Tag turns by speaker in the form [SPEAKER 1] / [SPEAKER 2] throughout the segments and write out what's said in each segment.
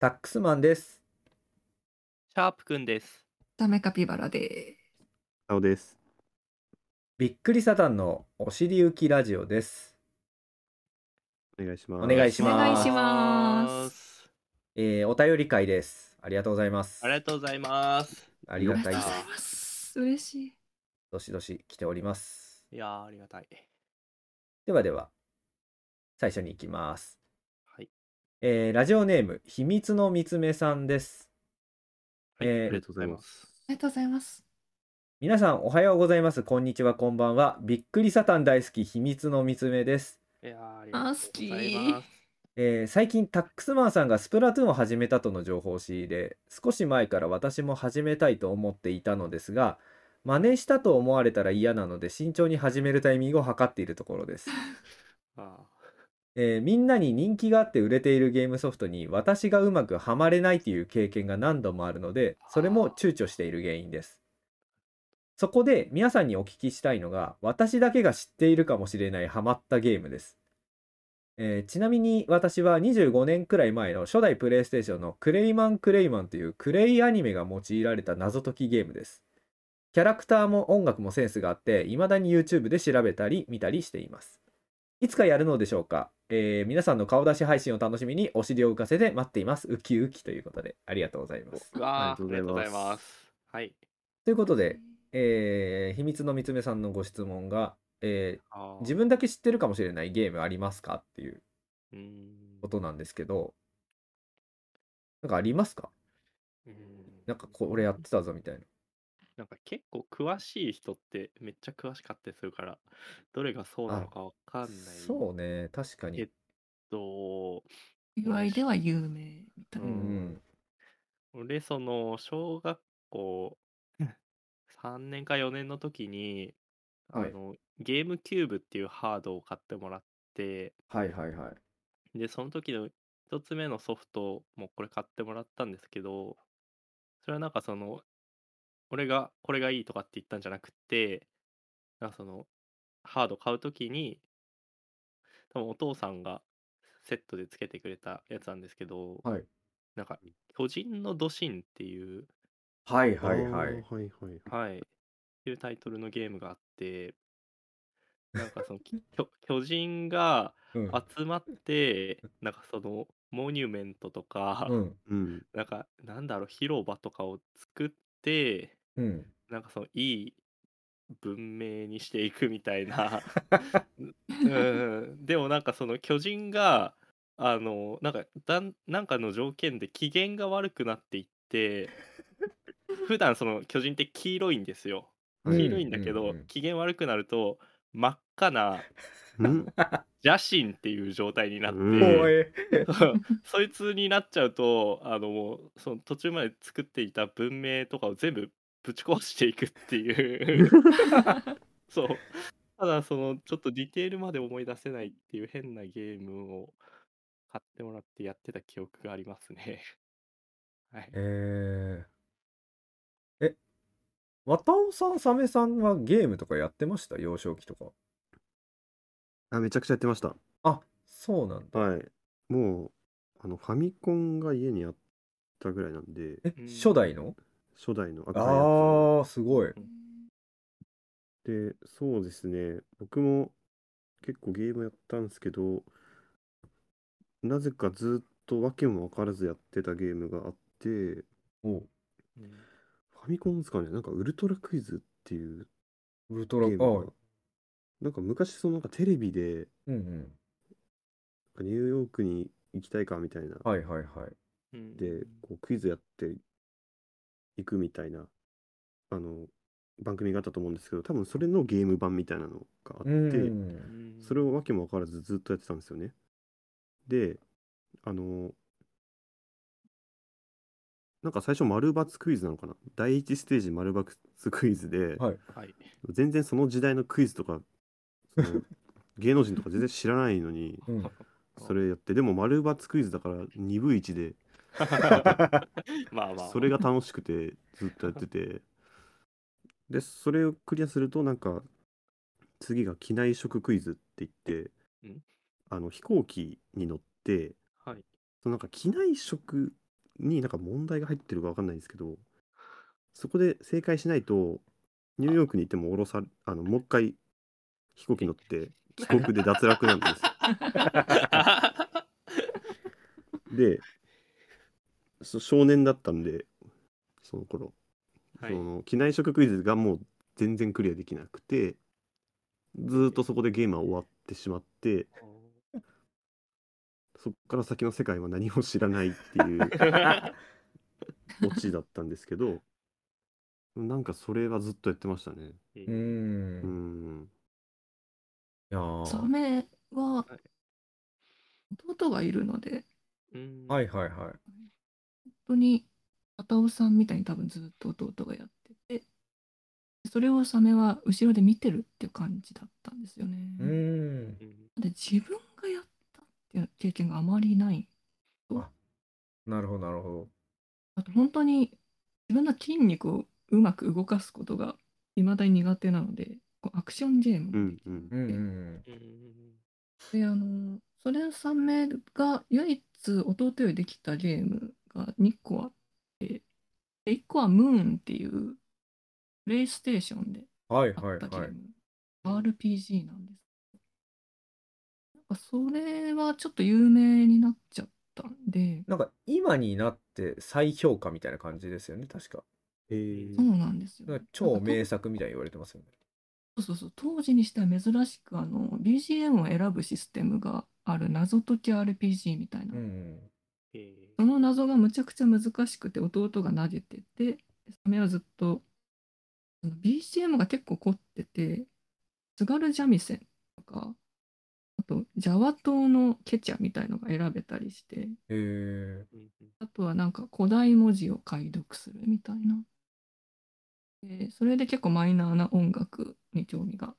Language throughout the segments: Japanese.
[SPEAKER 1] タックスマンです。
[SPEAKER 2] シャープくんです。。
[SPEAKER 3] ダメカピバラで
[SPEAKER 4] なおです。
[SPEAKER 1] びっくりサタンのお尻浮きラジオです。
[SPEAKER 4] お願いします。
[SPEAKER 1] お願いしますお願いし
[SPEAKER 3] ます
[SPEAKER 1] えーお便り会です。ありがとうございます。
[SPEAKER 2] ありがとうございます。
[SPEAKER 1] ありが
[SPEAKER 3] あり
[SPEAKER 1] た
[SPEAKER 3] が
[SPEAKER 1] い
[SPEAKER 3] と
[SPEAKER 1] です
[SPEAKER 3] うご。ざいます。嬉しい。
[SPEAKER 1] どしどし来ております。
[SPEAKER 2] いやーありがたい。
[SPEAKER 1] ではでは、最初に行きます。
[SPEAKER 2] はい。
[SPEAKER 1] えーラジオネーム、秘密のみつめさんです。
[SPEAKER 2] はい
[SPEAKER 1] えー
[SPEAKER 4] ありがとうございま。す。
[SPEAKER 3] ありがとうございます。
[SPEAKER 1] 皆さん、おはようございます。こんにちは、こんばんは。びっくりサタン大好き、秘密のみつめです。
[SPEAKER 2] いやーありがとうござい
[SPEAKER 3] あ
[SPEAKER 2] ま
[SPEAKER 3] 好
[SPEAKER 2] す。
[SPEAKER 1] えー最近タックスマンさんがスプラトゥーンを始めたとの情報を仕入れ少し前から私も始めたいと思っていたのですが真似したと思われたら嫌なので慎重に始めるタイミングを図っているところです、
[SPEAKER 2] あ
[SPEAKER 1] えーみんなに人気があって売れているゲームソフトに私がうまくはまれないという経験が何度もあるのでそれも躊躇している原因ですそこで皆さんにお聞きしたいのが私だけが知っているかもしれないハマったゲームです、えーちなみに私は25年くらい前の初代プレイステーションのクレイマンクレイマンというクレイアニメが用いられた謎解きゲームですキャラクターも音楽もセンスがあって未だに YouTube で調べたり見たりしていますいつかやるのでしょうか、えー皆さんの顔出し配信を楽しみにお尻を浮かせて待っていますウキウキということでありがとうございます
[SPEAKER 2] ーうわーあ
[SPEAKER 4] あ
[SPEAKER 2] り
[SPEAKER 4] り
[SPEAKER 2] がとう
[SPEAKER 4] がとう
[SPEAKER 2] ご
[SPEAKER 4] ご
[SPEAKER 2] ざ
[SPEAKER 4] ざ
[SPEAKER 2] い
[SPEAKER 4] い
[SPEAKER 2] ま。
[SPEAKER 4] ます
[SPEAKER 2] はい。
[SPEAKER 1] ということで、えー秘密のみつめさんのご質問が、え
[SPEAKER 2] あー
[SPEAKER 1] ー自分だけ知ってるかもしれないゲームありますかっていう
[SPEAKER 2] うーん
[SPEAKER 1] ことなんですけど、なんかありますか
[SPEAKER 2] うーん
[SPEAKER 1] なんかこれやってたぞみたいな。
[SPEAKER 2] なんか結構詳しい人ってめっちゃ詳しかったりするからどれがそうなのかわかんない
[SPEAKER 1] そうね、確かに
[SPEAKER 2] け。ど
[SPEAKER 3] 祝いでは有名みたいうな。
[SPEAKER 1] ん
[SPEAKER 2] 俺その小学校3年か4年の時に、
[SPEAKER 1] はい
[SPEAKER 2] あのゲームキューブっていうハードを買ってもらって
[SPEAKER 1] はいはいはい。
[SPEAKER 2] でその時の1つ目のソフトもこれ買ってもらったんですけどそれはなんかその俺がこれがいいとかって言ったんじゃなくてなんかそのハード買う時に多分お父さんがセットでつけてくれたやつなんですけど、
[SPEAKER 1] はい
[SPEAKER 2] なんか巨人のドシンっていう
[SPEAKER 1] はい
[SPEAKER 4] あー
[SPEAKER 1] はいは
[SPEAKER 4] はい
[SPEAKER 1] い。
[SPEAKER 4] はい。
[SPEAKER 2] はい。っていうタイトルのゲームがあって、なんかそ のき巨巨人が
[SPEAKER 1] うん
[SPEAKER 2] 集まって、なんかそのモニュメントとか、
[SPEAKER 1] うん。
[SPEAKER 4] うん。
[SPEAKER 2] なんかなんだろう、広場とかを作って、
[SPEAKER 1] うん。
[SPEAKER 2] なんかそのいい文明にしていくみた いな。うんでもなんかその巨人が、あの、なんかだん、なんかの条件で機嫌が悪くなっていって、普段その巨人って黄色いんですよ。
[SPEAKER 1] うん
[SPEAKER 2] 黄色いんだけど、
[SPEAKER 1] うんうん
[SPEAKER 2] 機嫌悪くなると真っ赤な
[SPEAKER 4] うん。
[SPEAKER 2] 邪神っていう状態になって、
[SPEAKER 4] うん
[SPEAKER 1] 怖
[SPEAKER 4] 怖
[SPEAKER 1] え。
[SPEAKER 2] そいつになっちゃうとあのもうその途中まで作っていた文明とかを全部ぶち壊していくっていうそう ただそのちょっとディテールまで思い出せないっていう変なゲームを買ってもらってやってた記憶がありますね。 はい、
[SPEAKER 1] えー、え、渡尾さん、サメさんはゲームとかやってました幼少期とか。
[SPEAKER 4] あ、めちゃくちゃやってました。
[SPEAKER 1] あ、そうなんだ。
[SPEAKER 4] はい。もう、あの、ファミコンが家にあったぐらいなんで、
[SPEAKER 1] え
[SPEAKER 2] う、ん
[SPEAKER 1] 初代の
[SPEAKER 4] 初代の赤いや
[SPEAKER 1] ああ、すごい。
[SPEAKER 4] つ。で、そうですね。僕も結構ゲームやったんですけど、なぜかずっと訳も分からずやってたゲームがあって、フ
[SPEAKER 1] おう
[SPEAKER 2] うん
[SPEAKER 4] ァミコンですかね、なんかウルトラクイズっていう
[SPEAKER 1] ウルト
[SPEAKER 4] ゲ
[SPEAKER 1] ラ、あ
[SPEAKER 4] ーム
[SPEAKER 1] ー
[SPEAKER 4] が、なんか昔そのなんかテレビで、
[SPEAKER 1] うんうん。
[SPEAKER 4] ニューヨークに行きたいかみたいな。
[SPEAKER 1] はいはいはい。
[SPEAKER 2] うん
[SPEAKER 4] で、こうクイズやっていくみたいな、あの、番組があったと思うんですけど、多分それのゲーム版みたいなのがあっ
[SPEAKER 1] う
[SPEAKER 4] て、
[SPEAKER 1] ん
[SPEAKER 2] う。ん
[SPEAKER 4] それをわけもわからずずっとやってたんですよね。で、あの、なんか最初丸×クイズなのかな第一ステージ丸×クイズで、
[SPEAKER 1] はい
[SPEAKER 2] はい、
[SPEAKER 4] 全然その時代のクイズとか、その芸能人とか全然知らないのに、
[SPEAKER 1] うん
[SPEAKER 4] それやって、でも丸×クイズだから2分1で、
[SPEAKER 2] まあまあ。
[SPEAKER 4] それが楽しくてずっとやってて でそれをクリアするとなんか次が機内食クイズって言って
[SPEAKER 2] ん
[SPEAKER 4] あの飛行機に乗って
[SPEAKER 2] はい。
[SPEAKER 4] そのなんか機内食になんか問題が入ってるかわかんないんですけど、そこで正解しないと、ニューヨークに行っても降ろされ、あの、もう一回飛行機乗って帰国で脱落なんですよ。で、そ少年だったんで、その頃、
[SPEAKER 2] はい
[SPEAKER 4] その機内食クイズがもう全然クリアできなくて、ずーっとそこでゲームは終わってしまって、そこから先の世界は何も知らないっていうオチだったんですけど、なんかそれはずっとやってましたね。
[SPEAKER 1] うー。
[SPEAKER 4] うんん。
[SPEAKER 1] いやー
[SPEAKER 3] サメは
[SPEAKER 2] はい
[SPEAKER 3] 弟がいるので、
[SPEAKER 2] う ん
[SPEAKER 1] はいはいはい。
[SPEAKER 3] 本当に片尾さんみたいに多分ずっと弟がやってて、それをサメは後ろで見てるっていう感じだったんですよね。
[SPEAKER 1] うーん。
[SPEAKER 2] うん
[SPEAKER 3] で自分がやったっていう経験があまりない。
[SPEAKER 1] なるほどなるほど。
[SPEAKER 3] あと本当に自分の筋肉をうまく動かすことが未だに苦手なので、こうアクションゲーム
[SPEAKER 4] う
[SPEAKER 3] もで
[SPEAKER 4] ん
[SPEAKER 3] き
[SPEAKER 4] うん
[SPEAKER 1] う。んうん
[SPEAKER 2] うん
[SPEAKER 3] で、あの、それの3名が唯一弟よりできたゲームが2個あって、で1個はムーンっていう、プレイステーションで
[SPEAKER 1] うん。はい
[SPEAKER 3] あ
[SPEAKER 1] は
[SPEAKER 3] ったゲ
[SPEAKER 1] い
[SPEAKER 3] ー
[SPEAKER 1] はい。
[SPEAKER 3] ム、RPG なんです。なんかそれはちょっと有名になっちゃったんで、
[SPEAKER 1] なんか今になって再評価みたいな感じですよね、確か。
[SPEAKER 4] えー
[SPEAKER 3] そうなんですよ
[SPEAKER 1] だ
[SPEAKER 3] ね、
[SPEAKER 1] から超
[SPEAKER 3] 名
[SPEAKER 1] 名作みたいに言われてますよね。
[SPEAKER 3] そうそうそう当時にしては珍しくあの BGM を選ぶシステムがある謎解き RPG みたいな、
[SPEAKER 1] うん
[SPEAKER 2] え
[SPEAKER 3] その謎がむちゃくちゃ難しくて弟が投げててサメはずっとあの BGM が結構凝ってて津軽三味線とかあとジャワ島のケチャみたいのが選べたりして
[SPEAKER 1] うん。へえ。
[SPEAKER 3] あとはなんか古代文字を解読するみたいな。でそれで結構マイナーな音楽に興味が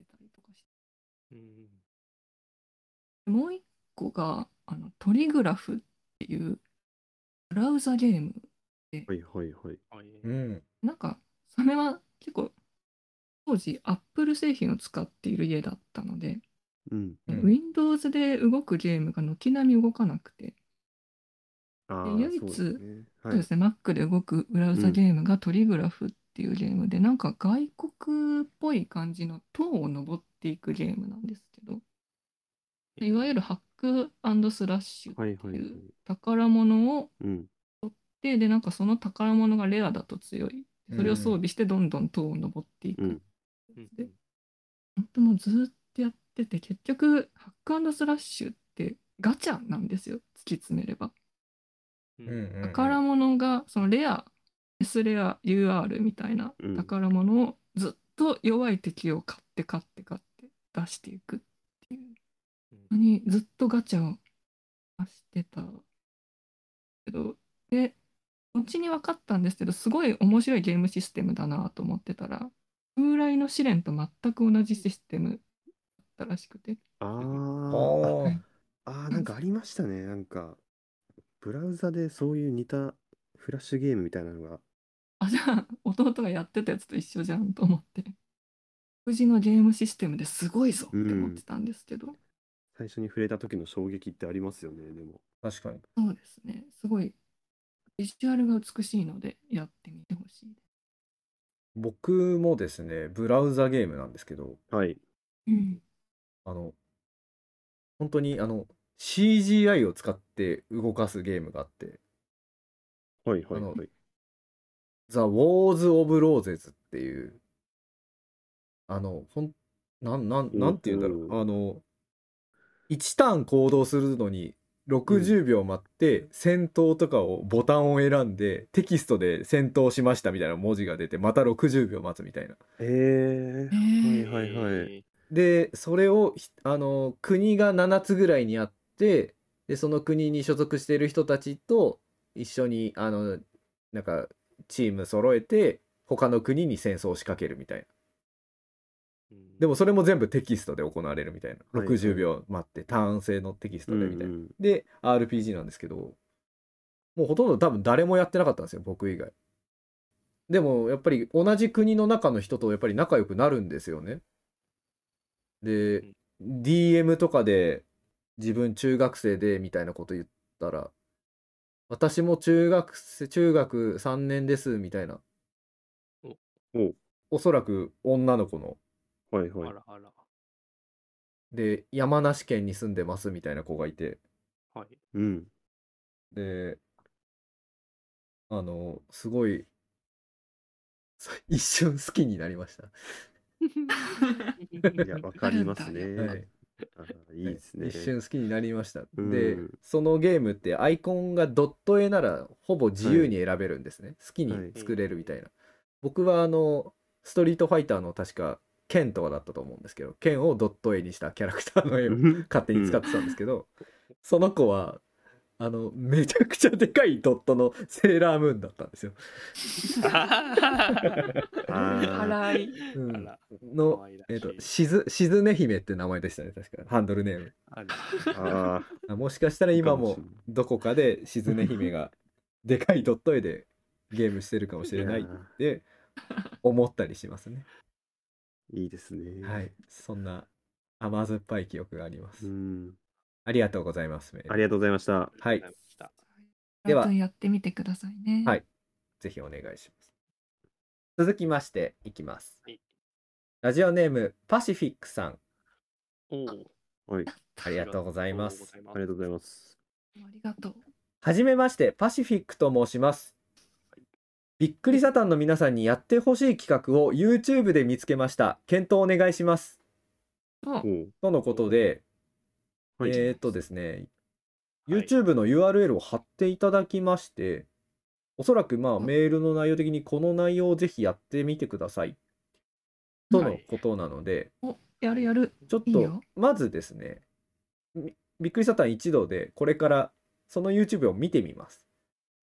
[SPEAKER 3] 出たりとかし
[SPEAKER 2] う
[SPEAKER 3] て。
[SPEAKER 2] ん
[SPEAKER 3] もう一個があのトリグラフっていうブラウザゲーム。
[SPEAKER 4] はいはいはい。
[SPEAKER 2] はい
[SPEAKER 1] うん。
[SPEAKER 3] なんかサメは結構当時アップル製品を使っている家だったので、
[SPEAKER 4] うん。
[SPEAKER 1] うん
[SPEAKER 3] Windows で動くゲームが軒並み動かなくて、
[SPEAKER 4] ああ、
[SPEAKER 3] で唯一
[SPEAKER 4] そうですね。は
[SPEAKER 3] そうで
[SPEAKER 4] い。
[SPEAKER 3] すね Mac で動くブラウザゲームがトリグラフっていうゲームで、なんか外国っぽい感じの塔を登っていくゲームなんですけどいわゆるハックスラッシュ
[SPEAKER 4] はいはいはい。
[SPEAKER 3] 宝物を
[SPEAKER 4] うん。
[SPEAKER 3] ででなんかその宝物がレアだと強いそれを装
[SPEAKER 1] うん
[SPEAKER 3] 備してどんどん塔を登っていく、
[SPEAKER 4] うん
[SPEAKER 2] うん
[SPEAKER 3] で本当もうずーっとやってて結局ハックスラッシュってガチャなんですよ突き詰めれば
[SPEAKER 2] う
[SPEAKER 1] うんうん
[SPEAKER 2] ん
[SPEAKER 1] うん。
[SPEAKER 3] 宝物がそのレア S レア UR みたいな
[SPEAKER 4] うん
[SPEAKER 3] 宝物をずっと弱い敵を買って買って買って出していくっていうのにずっとガチャを出してたけどで後に分かったんですけどすごい面白いゲームシステムだなと思ってたら風来の試練と全く同じシステムだったらしくて
[SPEAKER 4] あ
[SPEAKER 1] あ
[SPEAKER 4] ー
[SPEAKER 1] ー
[SPEAKER 4] あー、なんかありましたね。なんか、ブラウザでそういう似たフラッシュゲームみたいなのが。
[SPEAKER 3] あじゃあ弟がやってたやつと一緒じゃんと思って富士のゲームシステムですごいぞって思ってたんですけど、
[SPEAKER 4] 最初に触れた時の衝撃ってありますよね、でも。
[SPEAKER 1] 確かに。
[SPEAKER 3] そうですねすごいビジュアルが美しいのでやってみてほしいで
[SPEAKER 1] 僕もですね、ブラウザゲームなんですけど、
[SPEAKER 4] はい。
[SPEAKER 3] す、うん、
[SPEAKER 1] あの、本当にあの、CGI を使って動かすゲームがあって、
[SPEAKER 4] はいはい
[SPEAKER 1] あの
[SPEAKER 4] はい。
[SPEAKER 1] ザ・ウォーズ・オブ・ローゼズっていう、あの、ほん、なん、なん、なんて言うんだろ
[SPEAKER 4] お
[SPEAKER 1] う、あの、1ターン行動するのに、60秒待って、戦闘とかをボタンを選んで、テキストで戦闘しましたみたいな文字が出て、また60秒待つみたいな。
[SPEAKER 4] へえ
[SPEAKER 3] え。ー
[SPEAKER 4] はいはいはい。
[SPEAKER 1] で、それをひ、あの、国が7つぐらいにあって、で、その国に所属している人たちと一緒に、あの、なんか、チーム揃えて、他の国に戦争を仕掛けるみたいな。でもそれも全部テキストで行われるみたいな。
[SPEAKER 4] はいはい
[SPEAKER 1] 60秒待って、ターン制のテキストでみたいな。
[SPEAKER 4] うんうん
[SPEAKER 1] で、RPG なんですけど、もうほとんど多分誰もやってなかったんですよ、僕以外。でも、やっぱり同じ国の中の人とやっぱり仲良くなるんですよね。で、DM とかで自分中学生でみたいなこと言ったら、私も中学生中学3年ですみたいな
[SPEAKER 4] お
[SPEAKER 1] おそらく女の子の
[SPEAKER 4] はい
[SPEAKER 2] あ
[SPEAKER 4] はい。
[SPEAKER 2] らあら。
[SPEAKER 1] で山梨県に住んでますみたいな子がいて
[SPEAKER 2] はい。
[SPEAKER 4] うん。
[SPEAKER 1] であのすごい さ一瞬好きになりました。
[SPEAKER 4] いや、わかりま すね。
[SPEAKER 1] はい
[SPEAKER 4] あーいいですね。
[SPEAKER 1] 一瞬好きになりました。
[SPEAKER 4] うん
[SPEAKER 1] で、そのゲームってアイコンがドット絵ならほぼ自由に選べるんですね。好きに作れるみたいな。僕はあの、ストリートファイターの確か、剣とかだったと思うんですけど、剣をドット絵にしたキャラクターの絵を
[SPEAKER 4] うん
[SPEAKER 1] 勝手に使ってたんですけど、その子は、あの、めちゃくちゃでかいドットのセーラームーンだったんですよ。
[SPEAKER 4] あー
[SPEAKER 3] 払い。
[SPEAKER 1] うん
[SPEAKER 2] あら
[SPEAKER 1] の、えっ、と、しず、しずね姫って名前でしたね、確か。ハンドルネーム。
[SPEAKER 2] あら
[SPEAKER 4] あー、
[SPEAKER 1] あもしかしたら今
[SPEAKER 4] いい
[SPEAKER 1] も
[SPEAKER 4] かしれない
[SPEAKER 1] どこかでしずね姫がでかいドット絵でゲームしてるかもしれない
[SPEAKER 4] い
[SPEAKER 1] っ
[SPEAKER 4] や
[SPEAKER 1] て思ったりしますね。
[SPEAKER 4] いいですね。
[SPEAKER 1] はい。そんな甘酸っぱい記憶がありま
[SPEAKER 4] う
[SPEAKER 1] す。
[SPEAKER 4] ん。
[SPEAKER 1] ありがとうございます。メール
[SPEAKER 4] ありがとうございました。
[SPEAKER 1] はい。
[SPEAKER 2] 来た
[SPEAKER 1] では
[SPEAKER 3] 皆さんやってみてくださいね。
[SPEAKER 1] はいぜひお願いします。続きましていきます
[SPEAKER 2] はい。
[SPEAKER 1] ラジオネームパシフィックさん。
[SPEAKER 2] おー
[SPEAKER 4] はい。
[SPEAKER 1] ありがとうございます。
[SPEAKER 2] ありが
[SPEAKER 4] あ
[SPEAKER 2] と
[SPEAKER 4] り
[SPEAKER 2] う
[SPEAKER 4] がとうございます。
[SPEAKER 3] ありがとう。
[SPEAKER 1] はじめまして、パシフィックと申します。びっくりサタンの皆さんにやってほしい企画を YouTube で見つけました。検討お願いします。
[SPEAKER 3] あ
[SPEAKER 4] おう
[SPEAKER 1] とのことで、
[SPEAKER 4] はい。
[SPEAKER 1] えーっとですね、
[SPEAKER 2] はい
[SPEAKER 1] YouTube の URL を貼っていただきまして、おそらくまあ
[SPEAKER 3] うん
[SPEAKER 1] メールの内容的にこの内容をぜひやってみてください。とのことなので、
[SPEAKER 3] お、やるやる。
[SPEAKER 1] ちょっ
[SPEAKER 3] いい
[SPEAKER 1] と
[SPEAKER 3] よ
[SPEAKER 1] まずですね、びびっくりサタン一同でこれからその YouTube を見てみます。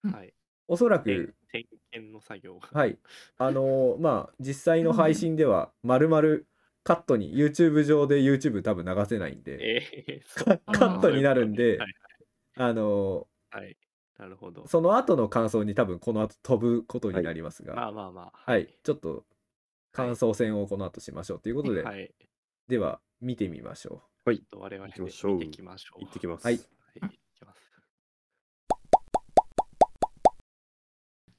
[SPEAKER 3] うん
[SPEAKER 2] はい。
[SPEAKER 1] おそら
[SPEAKER 2] 点
[SPEAKER 1] く、
[SPEAKER 2] 点検の作業が。
[SPEAKER 1] はい。あ のーまあ実際の配信では丸々カットに YouTube 上で YouTube 多分流せないんで、
[SPEAKER 2] えーそう
[SPEAKER 1] カ
[SPEAKER 3] あー
[SPEAKER 1] カットになるんで
[SPEAKER 2] は、い
[SPEAKER 1] あのー
[SPEAKER 2] はい。なるほど。
[SPEAKER 1] その後の感想に多分この後飛ぶことになりますが、は
[SPEAKER 2] ま
[SPEAKER 1] い、
[SPEAKER 2] あまあまあ。
[SPEAKER 1] ちょっと感想戦をこの後しましょうということで、
[SPEAKER 2] はい。
[SPEAKER 1] では見てみましょ
[SPEAKER 2] ちょっと我々で
[SPEAKER 4] 行きましょう
[SPEAKER 2] 見てきましょう。
[SPEAKER 4] 行ってきます。
[SPEAKER 1] はい
[SPEAKER 2] はい。行きます。
[SPEAKER 1] う。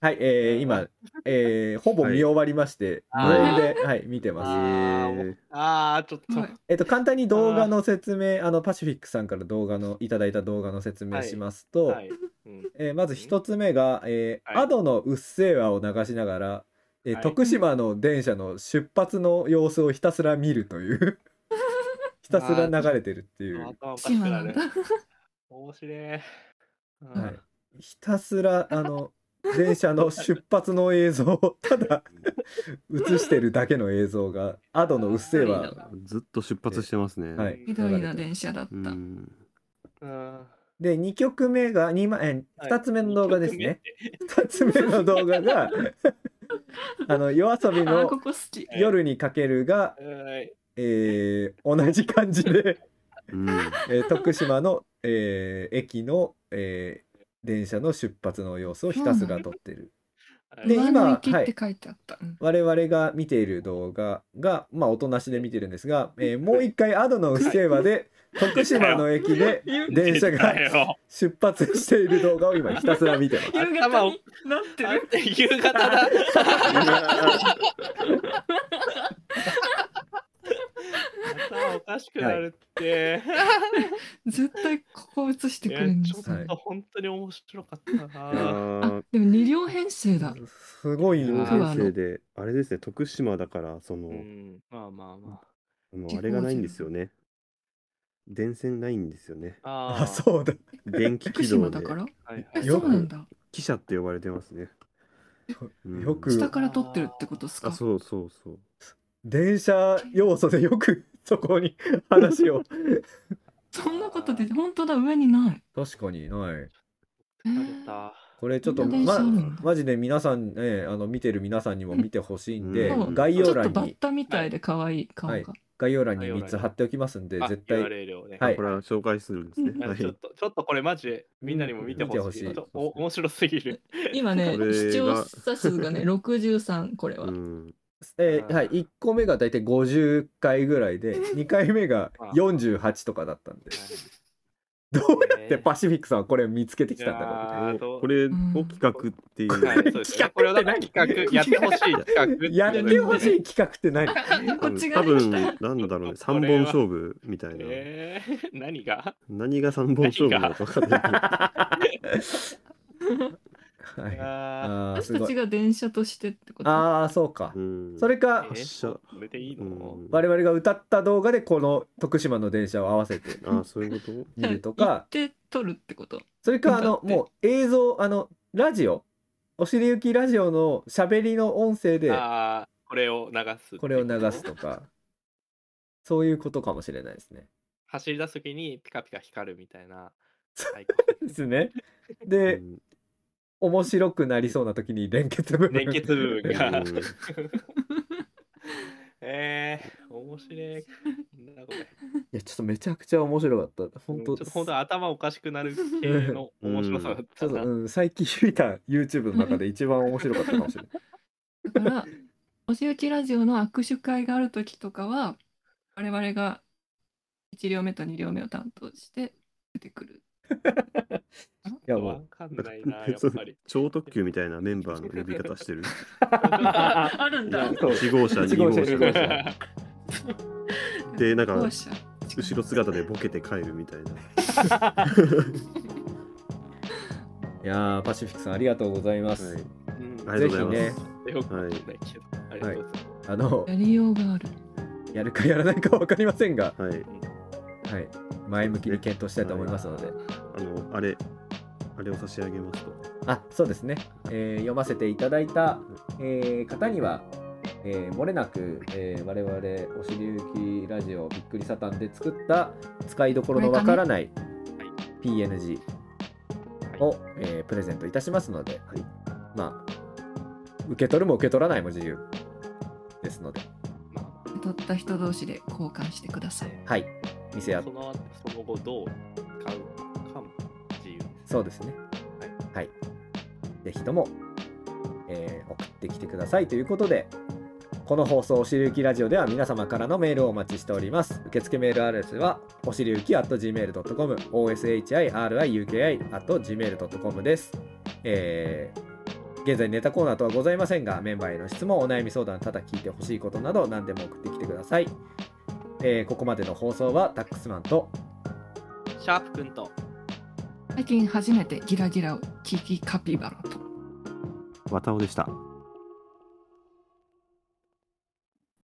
[SPEAKER 1] はい、えー、今、えー、ほぼ見終わりまして、
[SPEAKER 2] はい
[SPEAKER 1] メールで、はい、見てます。
[SPEAKER 2] あ
[SPEAKER 4] え
[SPEAKER 2] ー
[SPEAKER 4] ー
[SPEAKER 2] あー、ちょっと。
[SPEAKER 3] はい
[SPEAKER 1] えっと、簡単に動画の説明、あの、パシフィックさんから動画の、いただいた動画の説明しますと、
[SPEAKER 2] はい。うん
[SPEAKER 1] えーまず一つ目が、えー
[SPEAKER 2] はい
[SPEAKER 1] アドの「うっせぇわ」を流しながら、えー
[SPEAKER 2] はい
[SPEAKER 1] 徳島の電車の出発の様子をひたすら見るという ひたすら流れてるっていう、
[SPEAKER 2] 頭おかしくな
[SPEAKER 3] 島なん
[SPEAKER 2] る
[SPEAKER 3] だ。。
[SPEAKER 2] 面白い。うん
[SPEAKER 1] はい、ひたすらあの電車の出発の映像をただ映してるだけの映像がアドの「うっせぇわ
[SPEAKER 4] ずっと出発してますね。
[SPEAKER 1] はい
[SPEAKER 3] 緑の電車だっ
[SPEAKER 4] う
[SPEAKER 3] た。
[SPEAKER 4] ん。
[SPEAKER 2] うん。」
[SPEAKER 1] で2曲目が2万、えー、2つ目の動画ですね、2つ目の動画が あの夜遊び
[SPEAKER 3] あー、
[SPEAKER 1] の
[SPEAKER 3] ここ好き。
[SPEAKER 1] 「夜にかける」が
[SPEAKER 2] 一曲目って。はい。
[SPEAKER 1] えー同じ感じで、
[SPEAKER 4] うん。
[SPEAKER 1] えー徳島の、えー駅の、えー電車の出発の様子をひたすら撮ってる。
[SPEAKER 2] はい
[SPEAKER 1] で
[SPEAKER 3] 前
[SPEAKER 1] 今
[SPEAKER 3] の駅って書いてあった。うん
[SPEAKER 1] 我々が見ている動画が、まあ、おとなしで見てるんですが、えーもう一回アドのうっせぇわで、徳島の駅で電車が
[SPEAKER 2] 言ってたよ
[SPEAKER 1] 出発している動画を今ひたすら見てます。
[SPEAKER 3] 夕方になって る。
[SPEAKER 2] 夕方だ。頭おかしくなるって。
[SPEAKER 3] 絶対ここ映して
[SPEAKER 2] い
[SPEAKER 3] く
[SPEAKER 2] や
[SPEAKER 3] れるんで
[SPEAKER 2] ちょ
[SPEAKER 3] す
[SPEAKER 2] っ
[SPEAKER 3] よ。
[SPEAKER 1] はい
[SPEAKER 2] と本当に面白かった
[SPEAKER 4] あ
[SPEAKER 2] な。
[SPEAKER 4] ー
[SPEAKER 3] あ、でも二両編成だ。
[SPEAKER 1] すごい
[SPEAKER 4] 同
[SPEAKER 1] よ
[SPEAKER 3] 僕は
[SPEAKER 4] 級
[SPEAKER 3] あの
[SPEAKER 4] 生で、あれですね、徳島だから、その、
[SPEAKER 2] うん、まあまあま
[SPEAKER 4] あのあれがないんですよね。電線ないんですよね。
[SPEAKER 2] あ。
[SPEAKER 1] あ、そうだ。
[SPEAKER 4] 電気
[SPEAKER 3] 福
[SPEAKER 4] 軌
[SPEAKER 3] 島
[SPEAKER 4] 道
[SPEAKER 3] だ
[SPEAKER 4] で
[SPEAKER 3] から。
[SPEAKER 2] う。はいは
[SPEAKER 3] え、
[SPEAKER 2] い、
[SPEAKER 1] よ
[SPEAKER 3] そ
[SPEAKER 1] く
[SPEAKER 3] うなんだ。
[SPEAKER 4] 汽車って呼ばれてますね。うん
[SPEAKER 1] よく
[SPEAKER 3] 下から撮ってるってことです
[SPEAKER 4] あ、
[SPEAKER 3] か。
[SPEAKER 4] そうそうそう。
[SPEAKER 1] 電車要素でよくそこに話を。
[SPEAKER 3] そんなことで本当だ上にない。
[SPEAKER 1] 確かにない。
[SPEAKER 2] 疲れた。
[SPEAKER 1] これちょっと、
[SPEAKER 4] みんな
[SPEAKER 1] ま
[SPEAKER 4] 電車見るん、
[SPEAKER 3] だ
[SPEAKER 1] マジで皆さんね、あの、見てる皆さんにも見てほしいんで、
[SPEAKER 4] うん
[SPEAKER 1] 概
[SPEAKER 3] ちょ
[SPEAKER 1] 要
[SPEAKER 3] っと
[SPEAKER 1] 欄
[SPEAKER 3] バッ
[SPEAKER 1] に、
[SPEAKER 3] タみたいで可愛い顔
[SPEAKER 1] はい
[SPEAKER 3] が。
[SPEAKER 1] 概要欄に3つ貼っておきますんで、
[SPEAKER 2] あ
[SPEAKER 1] 絶対、
[SPEAKER 2] URL をね
[SPEAKER 1] はい
[SPEAKER 4] これは紹介するんですね。
[SPEAKER 2] いや
[SPEAKER 4] はい。
[SPEAKER 2] ちょっとちょっとこれマジでみんなにも見てほしい。
[SPEAKER 1] 見てほしい
[SPEAKER 2] ちょっとお面白すぎる。
[SPEAKER 3] 今ね
[SPEAKER 4] これが
[SPEAKER 3] 視聴者数がね63これは
[SPEAKER 4] う。ん。
[SPEAKER 1] え
[SPEAKER 2] う
[SPEAKER 1] ー
[SPEAKER 2] ん
[SPEAKER 1] はい、1個目が大体50回ぐらいで、2回目が48とかだったんで、 どうやってパシフィックさんはこれを見つけてきたんだろう
[SPEAKER 2] あー
[SPEAKER 4] お
[SPEAKER 2] どう
[SPEAKER 4] これを
[SPEAKER 3] うん
[SPEAKER 4] 企画っていう。
[SPEAKER 2] はいそうですねこれをだから企画やってほしい企画
[SPEAKER 1] やってほし
[SPEAKER 2] い
[SPEAKER 1] い企画って何
[SPEAKER 3] こっちが
[SPEAKER 4] 多
[SPEAKER 3] ね
[SPEAKER 4] 分、 なんだろうね、3本勝負みたいな。
[SPEAKER 2] えー、何が
[SPEAKER 4] 何が3本勝負なのか分かんない。
[SPEAKER 1] はい、
[SPEAKER 2] あ
[SPEAKER 1] あー
[SPEAKER 3] 私
[SPEAKER 1] す
[SPEAKER 3] た
[SPEAKER 1] ご
[SPEAKER 3] ち
[SPEAKER 1] い
[SPEAKER 3] が電車としてってこと
[SPEAKER 1] あーそうか、
[SPEAKER 4] うん
[SPEAKER 1] それか
[SPEAKER 2] ーえー、それでいいの、
[SPEAKER 4] うん
[SPEAKER 1] 我々が歌った動画でこの徳島の電車を合わせて
[SPEAKER 4] あ、そういうこと
[SPEAKER 1] 見ると
[SPEAKER 3] 行
[SPEAKER 1] か
[SPEAKER 3] って撮るってこと
[SPEAKER 1] それかあ
[SPEAKER 3] だ
[SPEAKER 1] の
[SPEAKER 3] って
[SPEAKER 1] もう映像あのラジオおしりゆきラジオのしゃべりの音声で
[SPEAKER 2] ああこれを流す
[SPEAKER 1] これを流すとかそういうことかもしれないですね。
[SPEAKER 2] 走り出す時にピカピカ光るみたいな
[SPEAKER 1] そ
[SPEAKER 2] はい
[SPEAKER 1] ですね。
[SPEAKER 4] う
[SPEAKER 1] で、
[SPEAKER 4] ん
[SPEAKER 1] 面白くなりそうな時に連結部分
[SPEAKER 2] 連結部分が
[SPEAKER 4] うん
[SPEAKER 2] えー、面白いなんだこれ
[SPEAKER 1] いやちょっとめちゃくちゃ面白かった本当
[SPEAKER 2] ちょっと本当頭おかしくなる系の面白さだっ
[SPEAKER 1] ち
[SPEAKER 2] た
[SPEAKER 1] ょっ
[SPEAKER 2] な、
[SPEAKER 1] と、うん、最近見た YouTube の中で一番面白かったかもしれない。
[SPEAKER 3] だから「おしゆきラジオ」の握手会がある時とかは我々が1両目と2両目を担当して出てくる
[SPEAKER 1] いや
[SPEAKER 2] わ
[SPEAKER 1] も
[SPEAKER 2] かんな いなやっぱり
[SPEAKER 4] 超特急 みたいなメンバーの呼び方してる。
[SPEAKER 2] あ
[SPEAKER 3] あるんだ
[SPEAKER 1] そう
[SPEAKER 4] 1号車、
[SPEAKER 1] 1
[SPEAKER 4] 2
[SPEAKER 1] 号
[SPEAKER 4] 号
[SPEAKER 1] 車
[SPEAKER 4] 車、
[SPEAKER 1] 1号
[SPEAKER 4] 3号
[SPEAKER 1] 車
[SPEAKER 4] 車。で、なん
[SPEAKER 3] ど
[SPEAKER 4] か
[SPEAKER 3] う、しよう
[SPEAKER 4] 後ろ姿でボケて帰るみたいな。
[SPEAKER 1] ういやーパシフィックさんありがとうございます。
[SPEAKER 4] はい
[SPEAKER 2] うん
[SPEAKER 4] ありがとうござい
[SPEAKER 1] ぜ
[SPEAKER 4] ます。
[SPEAKER 2] よくわかんないけど、ありがとうございます、
[SPEAKER 1] あの
[SPEAKER 3] やりようがある
[SPEAKER 1] やるかやらないかわかりませんが、
[SPEAKER 4] はい。
[SPEAKER 1] はい、前向きに検討したいと思いますので。
[SPEAKER 4] あの、あれ、あれを差し上げますと。
[SPEAKER 1] あそうですね、えー読ませていただいた、えー方には、えー、漏れなく、えー我々おしりゆきラジオびっくりサタンで作った使いどころのわからない PNG を、えープレゼントいたしますので、
[SPEAKER 4] はい
[SPEAKER 1] まあ受け取るも受け取らないも自由ですので、
[SPEAKER 2] ま
[SPEAKER 3] 取った人同士で交換してください
[SPEAKER 1] はい、店
[SPEAKER 2] あ、
[SPEAKER 1] や
[SPEAKER 2] その後その後どう買うかも自由
[SPEAKER 1] そうですね。はい。ぜひとも、えー送ってきてくださいということで、この放送、おしりゆきラジオでは皆様からのメールをお待ちしております。受付メールアドレスは、おしりゆき .gmail.com、oshiriuki.gmail.com です。えー現在ネタコーナーとはございませんがメンバーへの質問お悩み相談ただ聞いてほしいことなど何でも送ってきてください、えーここまでの放送はタックスマンと
[SPEAKER 2] シャープくんと
[SPEAKER 3] 最近初めてギラギラを聞きカピバラと
[SPEAKER 4] わたおでした。